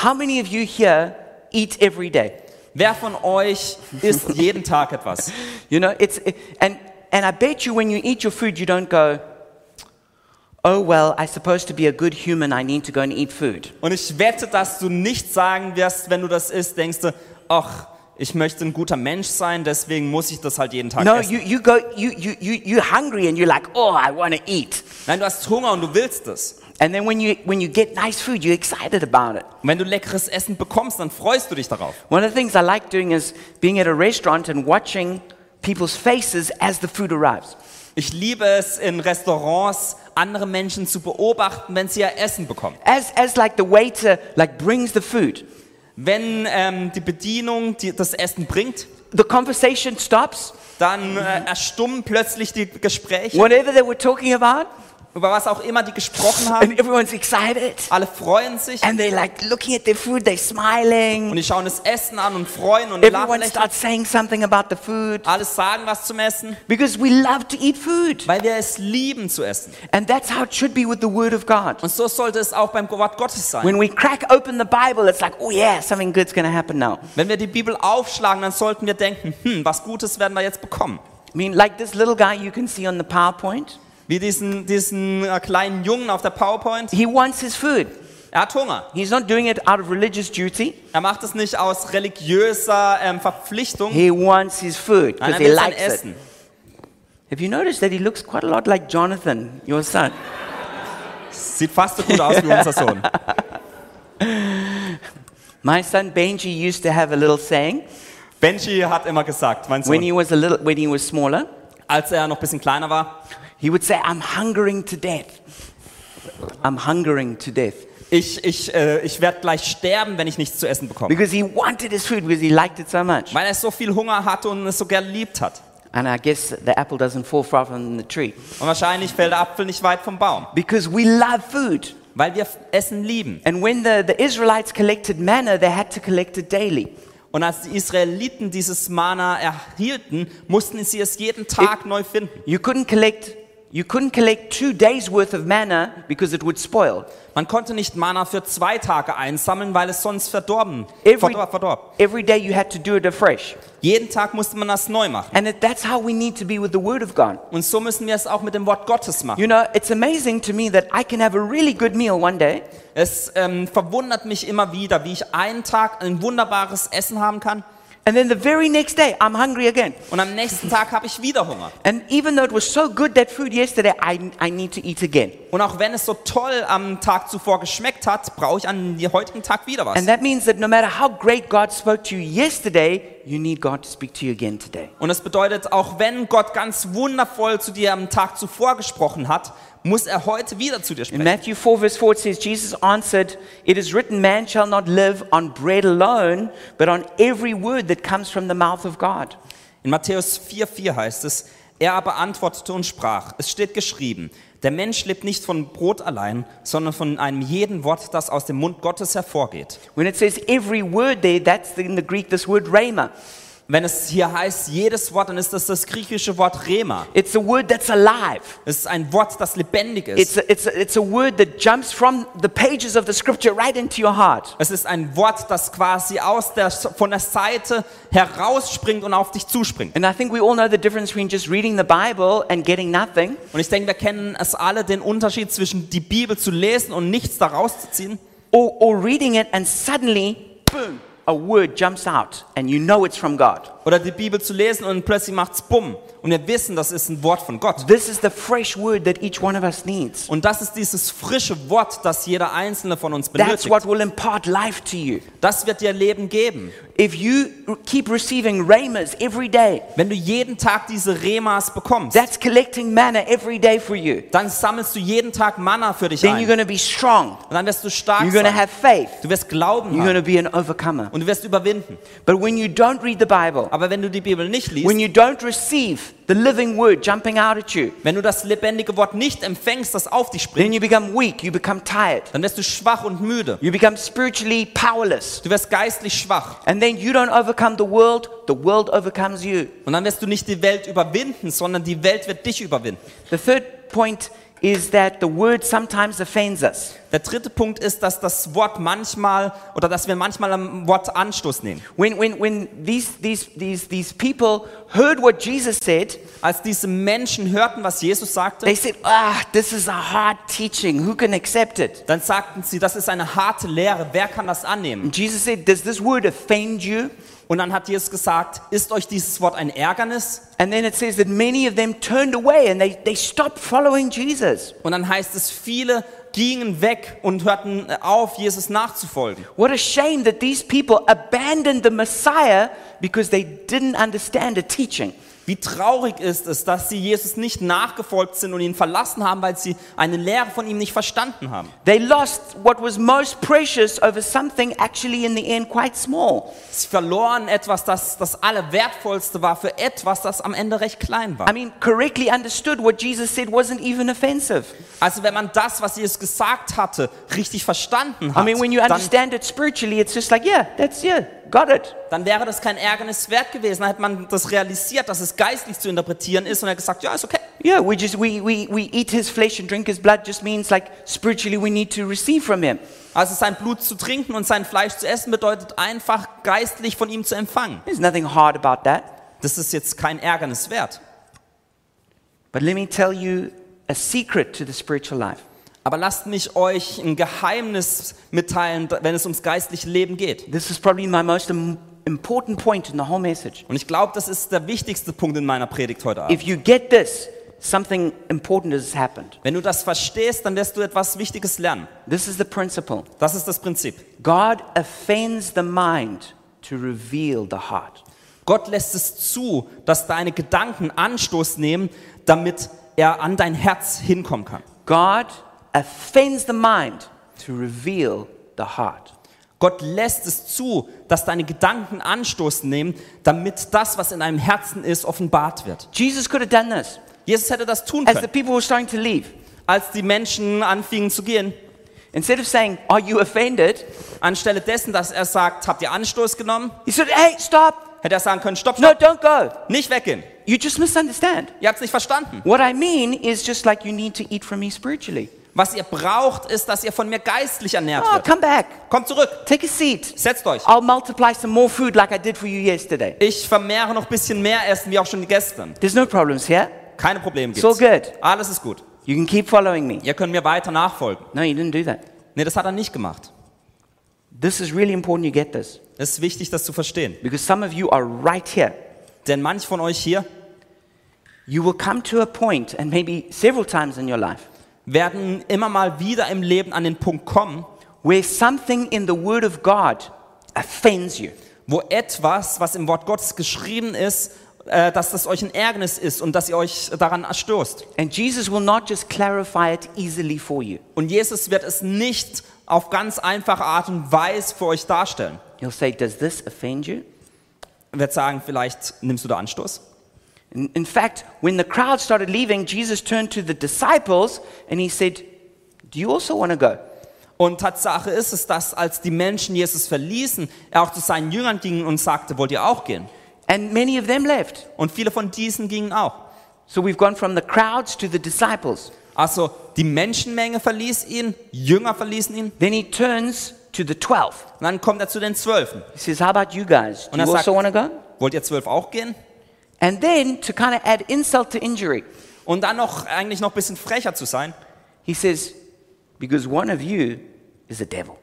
how many of you here eat every day?
Wer von euch isst jeden Tag etwas?
You know, it's it, and and I bet you when you eat your food, you don't go, "Oh well, I'm supposed to be a good human. I need to go and eat food."
Und ich wette, dass du nicht sagen wirst, wenn du das isst, denkst du, ach, ich möchte ein guter Mensch sein, deswegen muss ich das halt jeden Tag
No,
essen.
you you go you you you you're hungry and you're like, "Oh, I want to eat."
Nein, du hast Hunger und du willst es.
And then when you when you get nice food, you're excited about it.
Und wenn du leckeres Essen bekommst, dann freust du dich darauf.
One of the things I like doing is being at a restaurant and watching people's faces as the food arrives.
Ich liebe es, in Restaurants andere Menschen zu beobachten, wenn sie ihr Essen bekommen.
As as like the waiter like brings the food,
Wenn ähm, die Bedienung die, das Essen bringt,
the conversation stops.
dann äh, erstummen plötzlich die Gespräche,
whatever they were talking about,
über was auch immer die gesprochen haben.
and everyone's excited.
Alle freuen sich
And they're like looking at their food, they're
und
smiling.
die schauen das Essen an und freuen und lachen.
Everyone
lächeln.
starts saying something about the food
alles sagen, was zum Essen,
because we love to eat food.
weil wir es lieben zu essen.
And that's how it should be with the Word of God.
Und so sollte es auch beim Wort Gottes sein.
When we crack open the Bible, it's like, oh yeah, something good's going to happen now.
Wenn wir die Bibel aufschlagen, dann sollten wir denken, hm, was Gutes werden wir jetzt bekommen.
I mean, like this little guy you can see on the PowerPoint,
Wie diesen, diesen äh, kleinen Jungen auf der PowerPoint.
he wants his food.
Er hat Hunger.
He's not doing it out of religious duty.
Er macht es nicht aus religiöser ähm, Verpflichtung,
He wants his food
nein,
because
er
he
will sein
likes it.
Essen.
Have you noticed that he looks quite a lot like Jonathan, your son?
Sieht fast so gut aus wie unser Sohn.
My son Benji used to have a little saying
Benji hat immer gesagt, mein
when he
Sohn,
was a little, when he was smaller.
als er noch ein bisschen kleiner war,
He would say, I'm hungering to death. I'm hungering to death.
Ich, ich, äh, ich werde gleich sterben, wenn ich nichts zu essen bekomme.
Because he wanted his food because he liked it so much.
Weil er so viel Hunger hatte und es so gern liebt hat.
And I guess the apple doesn't fall far from the tree.
Und wahrscheinlich fällt der Apfel nicht weit vom Baum.
Because we love food.
Weil wir F- Essen lieben.
And when the, the Israelites collected manna, they had to collect it daily.
Und als die Israeliten dieses Mana erhielten, mussten sie es jeden Tag neu finden.
You couldn't collect you couldn't collect two days worth of manna because it would spoil.
Man konnte nicht Mana für zwei Tage einsammeln, weil es sonst verdorben,
Every,
verdorb, verdorb.
every day you had to do it afresh.
Jeden Tag musste man das neu machen.
And it, that's how we need to be with the Word of God.
Und so müssen wir es auch mit dem Wort Gottes machen.
You know, it's amazing to me that I can have a really good meal one day,
Es ähm, verwundert mich immer wieder, wie ich einen Tag ein wunderbares Essen haben kann
and then the very next day I'm hungry again.
und am nächsten Tag habe ich wieder Hunger.
And even though it was so good that food yesterday, I, I need to eat again.
Und auch wenn es so toll am Tag zuvor geschmeckt hat, brauche ich an den heutigen Tag wieder was.
And that means that no matter how great God spoke to you yesterday, you need God to speak to you again today.
Und es bedeutet, auch wenn Gott ganz wundervoll zu dir am Tag zuvor gesprochen hat, muss er heute wieder zu dir
In
sprechen.
Matthew 4, verse 4, it says, Jesus answered, It is written, man shall not live on bread alone, but on every word that comes from the mouth of God.
In Matthäus 4,4 heißt es, er aber antwortete und sprach, es steht geschrieben, der Mensch lebt nicht von Brot allein, sondern von einem jeden Wort, das aus dem Mund Gottes hervorgeht.
When it says every word there, that's in the Greek this word rhema.
Wenn es hier heißt, jedes Wort, dann ist das das griechische Wort Rema.
It's a word that's alive.
Es ist ein Wort, das lebendig
It's
ist.
a, it's, a, it's a word that jumps from the pages of the scripture right into your heart.
Es ist ein Wort, das quasi aus der, von der Seite herausspringt und auf dich zuspringt.
And I think we all know the difference between just reading the Bible and getting nothing.
Und ich denke, wir kennen es alle, den Unterschied zwischen die Bibel zu lesen und nichts daraus zu ziehen.
or, or reading it and suddenly, boom, a word jumps out and you know it's from God.
Oder die Bibel zu lesen und plötzlich macht's bumm. Und wir wissen, das ist ein Wort von Gott.
This is the fresh word that each one of us needs.
Und das ist dieses frische Wort, das jeder Einzelne von uns
That's
benötigt.
what will impart life to you.
Das wird dir Leben geben.
If you r- keep receiving ramas every day,
Wenn du jeden Tag diese Remas bekommst,
that's collecting manna every day for you.
dann sammelst du jeden Tag Manna für dich
Then you're
ein.
going to be strong.
Und dann wirst du stark
You're going to
sein.
have faith.
Du wirst Glauben
You're going to
haben.
be an overcomer.
Und du wirst überwinden.
But when you don't read the Bible,
Aber wenn du die Bibel nicht
when
liest,
you don't receive the living word jumping out at you,
wenn du das lebendige Wort nicht empfängst, das auf dich springt,
then you become weak, you become tired,
dann wirst du schwach und müde.
you become spiritually powerless.
Du wirst geistlich schwach.
And then you don't overcome the world, the world overcomes you.
Und dann wirst du nicht die Welt überwinden, sondern die Welt wird dich überwinden.
The third point is that the word sometimes offends us.
Der dritte Punkt ist, dass das Wort manchmal oder dass wir manchmal am Wort Anstoß nehmen.
When, when, when these, these, these, these people heard what Jesus said,
Als diese Menschen hörten, was Jesus sagte,
they said, Ah, this is a hard teaching. Who can accept it?
dann sagten sie, das ist eine harte Lehre, wer kann das annehmen?
And Jesus said, Does this word offend you?
Und dann hat Jesus gesagt, ist euch dieses Wort ein Ärgernis?
And then it says that many of them turned away and they, they stopped following Jesus.
Und dann heißt es, viele gingen weg und hörten auf, Jesus nachzufolgen.
What a shame that these people abandoned the Messiah because they didn't understand a teaching.
Wie traurig ist es, dass sie Jesus nicht nachgefolgt sind und ihn verlassen haben, weil sie eine Lehre von ihm nicht verstanden haben.
They lost what was most precious over something actually in the end quite small.
Sie verloren etwas, das das Allerwertvollste war für etwas, das am Ende recht klein
I
war.
mean, correctly understood, what Jesus said wasn't even offensive.
Also wenn man das, was Jesus gesagt hatte, richtig
I
verstanden hat,
mean, when you
dann,
understand it spiritually, it's just like, yeah, that's yeah, got it.
dann wäre das kein Ärgernis wert gewesen. Dann hätte man das realisiert, dass es geistlich zu interpretieren ist und er gesagt, ja, ist okay.
Yeah, we just we, we, we eat his flesh and drink his blood just means like spiritually we need to receive from him.
Also sein Blut zu trinken und sein Fleisch zu essen bedeutet einfach geistlich von ihm zu empfangen.
There's nothing hard about that.
Das ist jetzt kein Ärgernis wert.
But let me tell you a secret to the spiritual life.
Aber lasst mich euch ein Geheimnis mitteilen, wenn es ums geistliche Leben geht.
This is probably my most im- important point in the whole message.
Und ich glaube, das ist der wichtigste Punkt in meiner Predigt heute Abend.
If you get this, something important has happened.
Wenn du das verstehst, dann wirst du etwas Wichtiges lernen.
This is the principle.
Das ist das Prinzip.
God offends the mind to reveal the heart.
Gott lässt es zu, dass deine Gedanken Anstoß nehmen, damit er an dein Herz hinkommen kann.
God offends the mind to reveal the heart.
Gott lässt es zu, dass deine Gedanken Anstoß nehmen, damit das, was in deinem Herzen ist, offenbart wird.
Jesus could have done this.
Jesus hätte das tun
As the
können,
people were starting to leave,
als die Menschen anfingen zu gehen.
instead of saying, Are you offended?
Anstelle dessen, dass er sagt, habt ihr Anstoß genommen,
He said, Hey, stop.
hätte er sagen können, stopp,
No,
stopp,
don't go.
nicht weggehen.
You just misunderstand.
Ihr habt es nicht verstanden.
What I mean is just like you need to eat from me spiritually.
Was ihr braucht, ist, dass ihr von mir geistlich ernährt
Oh,
wird.
come back.
Kommt zurück,
Take a seat.
setzt euch.
I'll multiply some more food like I did for you yesterday.
Ich vermehre noch ein bisschen mehr Essen, wie auch schon gestern.
There's no problems here.
Keine Probleme
It's all
gibt's.
good.
Alles ist gut.
You can keep following me.
Ihr könnt mir weiter nachfolgen.
No, you didn't do that.
Nee, das hat er nicht gemacht.
This is really important you get this
Es ist wichtig, das zu verstehen.
because some of you are right here.
Denn manch von euch hier
You will come to a point, and maybe several times in your life,
werden immer mal wieder im Leben an den Punkt kommen,
where something in the Word of God offends you.
wo etwas, was im Wort Gottes geschrieben ist, äh, dass das euch ein Ärgernis ist und dass ihr euch daran erstoßt.
And Jesus will not just clarify it easily for you,
Und Jesus wird es nicht auf ganz einfache Art und Weise für euch darstellen.
He'll say, Does this offend you?
Er wird sagen, vielleicht nimmst du da Anstoß.
In, in fact, when the crowd started leaving, Jesus turned to the disciples and he said, Do you also want to go?
Und Tatsache ist es, dass als die Menschen Jesus verließen, er auch zu seinen Jüngern ging und sagte, wollt ihr auch gehen?
And many of them left.
Und viele von diesen gingen auch.
So we've gone from the crowds to the disciples.
Also die Menschenmenge verließ ihn, Jünger verließen ihn.
Then he turns to the 12.
Und dann kommt er zu den Zwölfen.
He says, How about you guys? Do
Und
you
er
also want to
sagt,
go?
wollt ihr zwölf auch gehen?
And then, to kind of add insult to injury,
Und dann noch eigentlich noch ein bisschen frecher zu sein.
he says, Because one of you is the devil.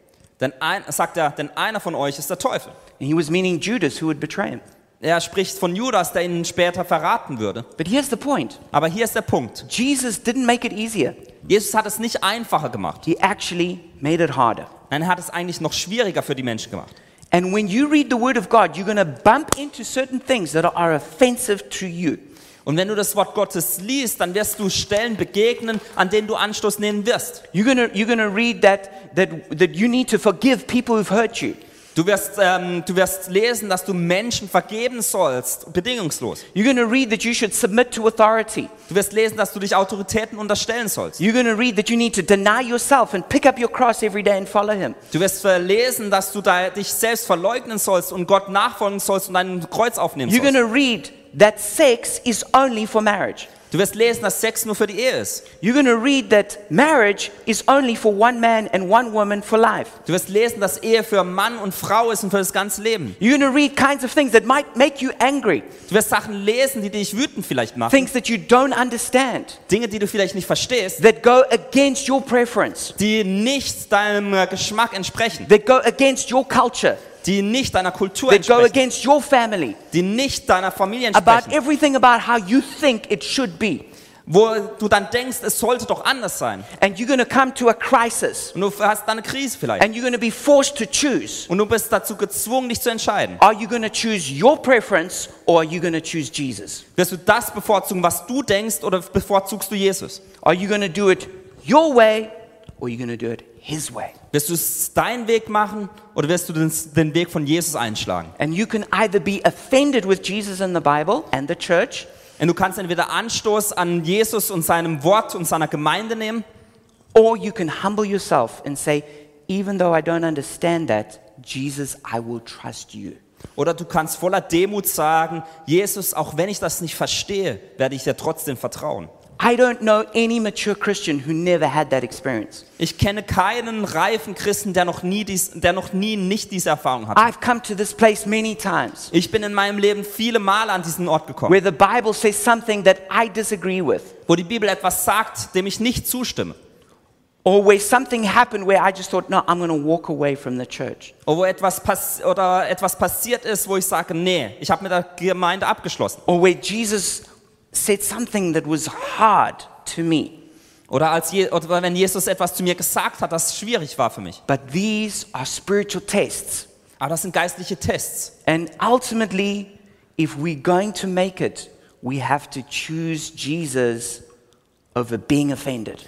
Denn ein, sagt er, denn einer von euch ist der Teufel.
And he was meaning Judas, who would betray him.
Er spricht von Judas, der ihn später verraten würde.
But here's the point
Aber hier ist der Punkt.
Jesus didn't make it easier,
Jesus hat es nicht einfacher gemacht.
he actually made it harder.
Nein, er hat es eigentlich noch schwieriger für die Menschen gemacht.
And when you read the Word of God, you're going to bump into certain things that are offensive to you.
Und wenn du das Wort Gottes liest, dann wirst du Stellen begegnen, an denen du Anstoß nehmen wirst.
You're going to, you're going to read that, that, that you need to forgive people who've hurt you.
Du wirst, ähm, du wirst lesen, dass du Menschen vergeben sollst, bedingungslos.
You're going to read that you should submit to authority.
Du wirst lesen, dass du dich Autoritäten unterstellen sollst.
You're going to read that you need to deny yourself and pick up your cross every day and follow Him.
Du wirst äh, lesen, dass du da dich selbst verleugnen sollst und Gott nachfolgen sollst und dein Kreuz aufnehmen
You're going
sollst.
to read that sex is only for marriage.
Du wirst lesen, dass Sex nur für die Ehe ist.
You're going to read that marriage is only for one man and one woman for life.
Du wirst lesen, dass Ehe für Mann und Frau ist und für das ganze Leben.
You're going to read kinds of things that might make you angry,
Du wirst Sachen lesen, die dich wütend vielleicht machen.
things that you don't understand,
Dinge, die du vielleicht nicht verstehst,
that go against your preference,
die nicht deinem äh, Geschmack entsprechen,
that go against your culture,
die nicht deiner Kultur
that go
entsprechen,
against your family,
die nicht deiner Familie
about
entsprechen,
everything about how you think it should be.
wo du dann denkst, es sollte doch anders sein.
And you're going to come to a crisis
Und du hast dann eine Krise vielleicht.
and you're going to be forced to choose.
Und du bist dazu gezwungen, dich zu entscheiden.
Are you going to choose your preference or are you going to choose Jesus?
Wirst du das bevorzugen, was du denkst, oder bevorzugst du Jesus?
Are you going to do it your way or are you going to do it his way?
Wirst du es deinen Weg machen oder wirst du den, den Weg von Jesus einschlagen?
And you can either be offended with Jesus and the Bible and the church,
Und du kannst entweder Anstoß an Jesus und seinem Wort und seiner Gemeinde nehmen
or you can humble yourself and say, even though I don't understand that, Jesus, I will trust you.
oder du kannst voller Demut sagen, Jesus, auch wenn ich das nicht verstehe, werde ich dir trotzdem vertrauen.
I don't know any mature Christian who never had that experience.
Ich kenne keinen reifen Christen, der noch nie, dies, der noch nie nicht diese Erfahrung hat.
I've come to this place many times
Ich bin in meinem Leben viele Male an diesen Ort gekommen,
where the Bible says something that I disagree with.
wo die Bibel etwas sagt, dem ich nicht zustimme.
Or where something happened where I just thought, no, I'm going to walk away from the church.
Oder wo etwas, pass oder etwas passiert ist, wo ich sage, nee, ich habe mit der Gemeinde abgeschlossen.
Or where Jesus said something that was hard to me.
Oder, als Je oder wenn Jesus etwas zu mir gesagt hat, das schwierig war für mich.
But these are spiritual tests.
Aber das sind geistliche Tests.
And ultimately, if we're going to make it, we have to choose Jesus over being offended.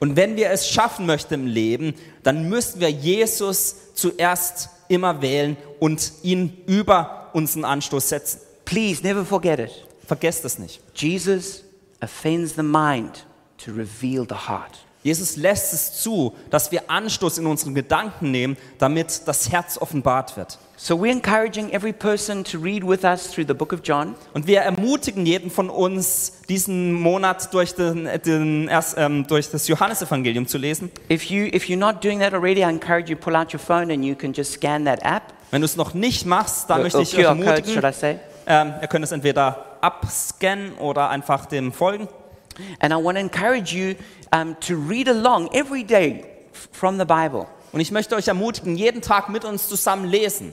Und wenn wir es schaffen möchten im Leben, dann müssen wir Jesus zuerst immer wählen und ihn über unseren Anstoß setzen.
Please never forget it.
Vergesst es nicht.
Jesus offends the mind to reveal the heart.
Jesus lässt es zu, dass wir Anstoß in unseren Gedanken nehmen, damit das Herz offenbart wird.
So we're encouraging every person to read with us through the book of John.
Und wir ermutigen jeden von uns, diesen Monat durch, den, den, erst, ähm, durch das Johannesevangelium zu lesen.
If you if you're not doing that already, I encourage you to pull out your phone and you can just scan that app.
Wenn du es noch nicht machst, dann
Or-
möchte
or
ich euch
QR code, Äh, should I
ermutigen,
say?
ähm, ihr könnt es entweder abscannen oder einfach dem folgen.
And I want to encourage you um, to read along every day f- from the Bible.
Und ich möchte euch ermutigen, jeden Tag mit uns zusammen lesen.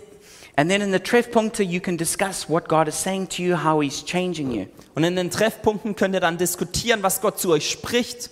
And then in the Treffpunkte, you can discuss what God is saying to you, how He's changing you.
Und in den Treffpunkten könnt ihr dann diskutieren, was Gott zu euch spricht.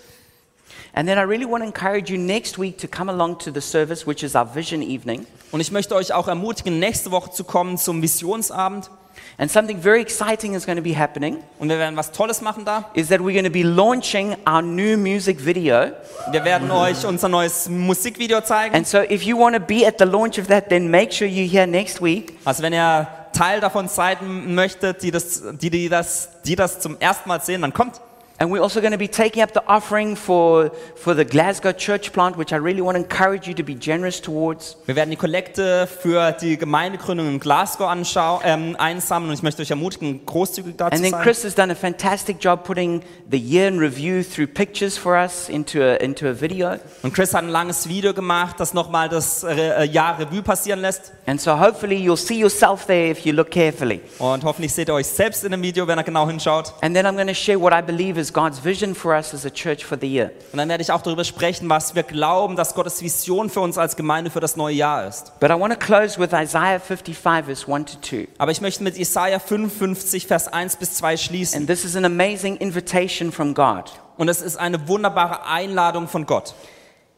And then I really want to encourage you next week to come along to the service, which is our vision evening.
Und ich möchte euch auch ermutigen, nächste Woche zu kommen zum Visionsabend.
And something very exciting is going to be happening
Und wir werden was Tolles machen da.
is that we're going to be launching our new music video.
Wir werden euch unser neues Musikvideo zeigen.
And so if you want to be at the launch of that, then make sure you're here next week.
Also wenn ihr Teil davon sein möchtet, die das, die, die, das, die das zum ersten Mal sehen, dann kommt.
And we're also going to be taking up the offering for, for the Glasgow church plant, which I really want to encourage you to be generous towards.
Wir werden die Kollekte für die Gemeindegründung in Glasgow anschau ähm, einsammeln und ich möchte euch ermutigen, großzügig dazu
And
zu
then
sein.
Chris has done a fantastic job putting the year in review through pictures for us into a, into a video.
Und Chris hat ein langes Video gemacht, das nochmal das äh, Jahr Revue passieren lässt.
And so hopefully you'll see yourself there if you look carefully.
Und hoffentlich seht ihr euch selbst in dem Video, wenn ihr genau hinschaut.
And then I'm going to share what I believe is God's vision for us as a church for the year.
Und dann werde ich auch darüber sprechen, was wir glauben, dass Gottes Vision für uns als Gemeinde für das neue Jahr ist.
But I want to close with Isaiah 55, verse 1 to 2.
Aber ich möchte mit Jesaja 55, Vers 1 bis 2 schließen.
And this is an amazing invitation from God.
Und es ist eine wunderbare Einladung von Gott.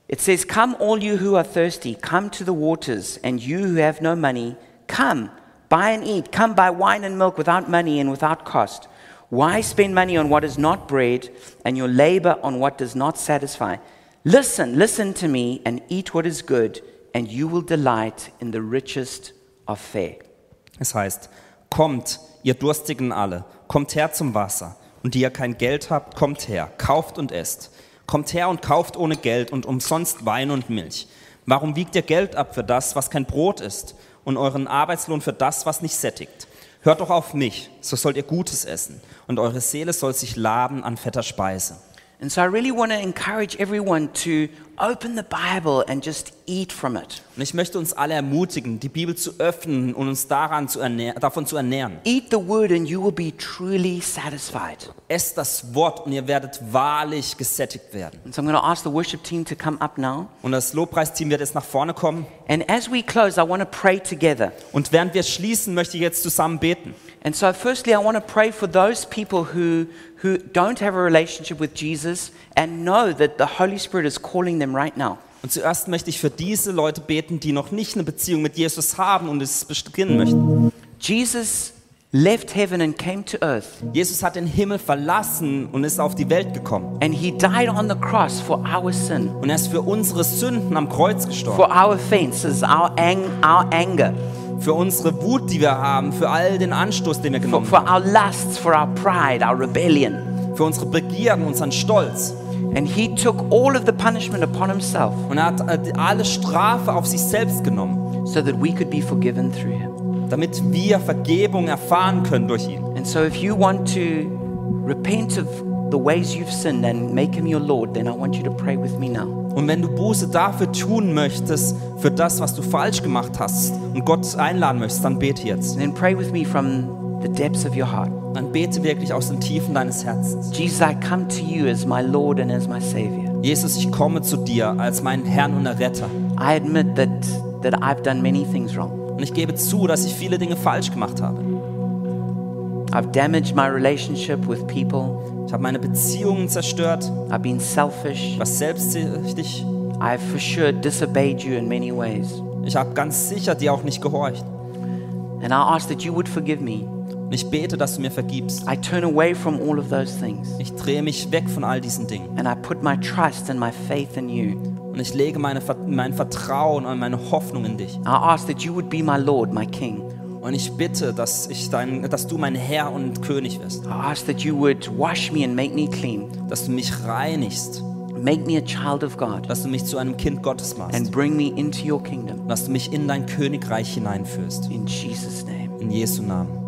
It says, Come, all you who are thirsty, come to the waters, and you who have no money, come, buy and eat, come buy wine and milk without money and without cost. Why spend money on what is not bread, and your labor on what does not satisfy? Listen, listen to me, and eat what is good, and you will delight in the richest of fare.
Es heißt, kommt, ihr Durstigen alle, kommt her zum Wasser. Und die ihr kein Geld habt, kommt her, kauft und esst. Kommt her und kauft ohne Geld und umsonst Wein und Milch. Warum wiegt ihr Geld ab für das, was kein Brot ist, und euren Arbeitslohn für das, was nicht sättigt? Hört doch auf mich, so sollt ihr Gutes essen, und eure Seele soll sich laben an fetter Speise.
And so I really want to encourage everyone to open the Bible and just eat from it.
Und ich möchte uns alle ermutigen, die Bibel zu öffnen und uns daran zu ernähr- davon zu ernähren.
Eat the word, and you will be truly satisfied.
Esst das Wort und ihr werdet wahrlich gesättigt werden.
And so I'm going to ask the worship team to come up now.
Und das Lobpreisteam wird jetzt nach vorne kommen.
And as we close, I want to pray together.
Und während wir schließen, möchte ich jetzt zusammen beten.
And so, firstly, I want to pray for those people who, who don't have a relationship with Jesus and know that the Holy Spirit is calling them right now.
Und zuerst möchte ich für diese Leute beten, die noch nicht eine Beziehung mit Jesus haben und es beginnen möchten.
Jesus left heaven and came to earth,
Jesus hat den Himmel verlassen und ist auf die Welt gekommen.
and he died on the cross for our sin,
Und er ist für unsere Sünden am Kreuz gestorben.
for our offenses, our, ang- our anger,
Für unsere Wut, die wir haben, für all den Anstoß, den wir
for,
genommen
for our lusts, for our pride, our rebellion.
haben. Für unsere Begierden, unseren Stolz.
And he took all of the punishment upon himself
Und er hat äh, alle Strafe auf sich selbst genommen,
so that we could be forgiven through him.
damit wir Vergebung erfahren können durch ihn.
And so, if you want to repent of the ways you've sinned and make him your Lord, then I want you to pray with me now.
Und wenn du Buße dafür tun möchtest, für das, was du falsch gemacht hast und Gott einladen möchtest, dann bete jetzt.
And then pray with me from the depths of your heart.
Dann bete wirklich aus den Tiefen deines Herzens.
Jesus, I come to you as my Lord and as my Savior.
Jesus, ich komme zu dir als meinen Herrn und Erretter.
I admit that, that I've done many things wrong.
Und ich gebe zu, dass ich viele Dinge falsch gemacht habe.
I've damaged my relationship with people,
Ich habe meine Beziehungen zerstört,
I've been selfish,
ich war selbstsüchtig.
I've for sure disobeyed you in many ways.
Ich habe ganz sicher dir auch nicht gehorcht.
And I ask that you would forgive me
Und Und ich bete, dass du mir vergibst.
I turn away from all of those things
Ich drehe mich weg von all diesen Dingen.
and I put my trust and my faith in you.
Und ich lege meine, Ver- mein Vertrauen und meine Hoffnung in dich.
I ask that you would be my Lord, my King.
Und ich bitte, dass, ich dein, dass du mein Herr und König wirst.
I ask that you would wash me and make me clean,
Dass du mich reinigst.
make me a child of God,
Dass du mich zu einem Kind Gottes machst.
and bring me into your kingdom.
Und dass du mich in dein Königreich hineinführst.
In Jesus' name.
In Jesu Namen.